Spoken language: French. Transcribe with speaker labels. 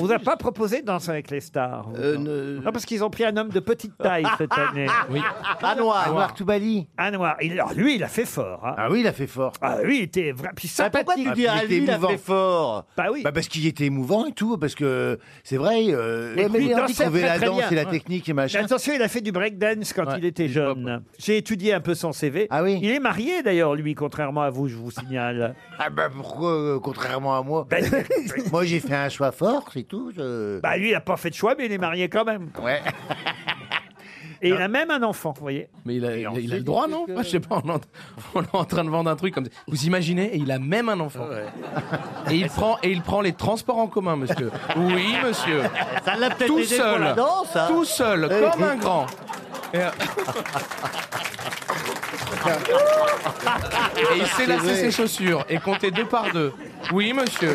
Speaker 1: On vous a pas proposé de danser avec les stars vous,
Speaker 2: Euh,
Speaker 1: non Non, parce qu'ils ont pris un homme de petite taille cette année.
Speaker 2: Oui.
Speaker 1: Anouar.
Speaker 2: Anouar Toubali.
Speaker 1: Anouar. Il- alors, lui, il a fait fort. Ah
Speaker 2: oui, il a fait fort.
Speaker 1: Ah oui, il était vraiment. Puis sympathique.
Speaker 2: Ah, pourquoi tu dis
Speaker 1: ah,
Speaker 2: à lui, il a fait fort
Speaker 1: Bah oui.
Speaker 2: parce qu'il était émouvant et tout, parce que c'est vrai, euh,
Speaker 1: Et puis, il
Speaker 2: trouver
Speaker 1: dansait très,
Speaker 2: la
Speaker 1: très
Speaker 2: danse
Speaker 1: bien.
Speaker 2: et la
Speaker 1: Ouais.
Speaker 2: technique et machin.
Speaker 1: Attention, il a fait du breakdance quand il était jeune. J'ai étudié un peu son CV. Ah oui. Il est marié d'ailleurs, lui, contrairement à vous, je vous signale.
Speaker 2: Ah bah pourquoi, euh, contrairement à moi Moi j'ai fait un choix fort, c'est tout. je-
Speaker 1: Ben, Bah lui, il n'a pas fait de choix, mais il est marié quand même.
Speaker 2: Ouais. Ah.
Speaker 1: Et il a même un enfant, vous voyez.
Speaker 3: Mais il a, il a- il a
Speaker 1: ensuite,
Speaker 3: le droit, non
Speaker 1: qu'est-ce
Speaker 3: Je sais pas, on, est en- on est en train de vendre un truc comme ça. Vous imaginez, et il a même un enfant. Et, il prend, et il prend les transports en commun, monsieur. Oui, monsieur.
Speaker 2: Ça l'a peut-être
Speaker 3: Tout
Speaker 2: aidé
Speaker 3: seul.
Speaker 2: pour la danse, hein.
Speaker 3: Tout seul,
Speaker 2: Eh,
Speaker 3: comme
Speaker 2: oui.
Speaker 3: un grand. Et, euh, et il sait
Speaker 2: C'est
Speaker 3: lasser
Speaker 2: vrai.
Speaker 3: ses chaussures et compter deux par deux. Oui, monsieur.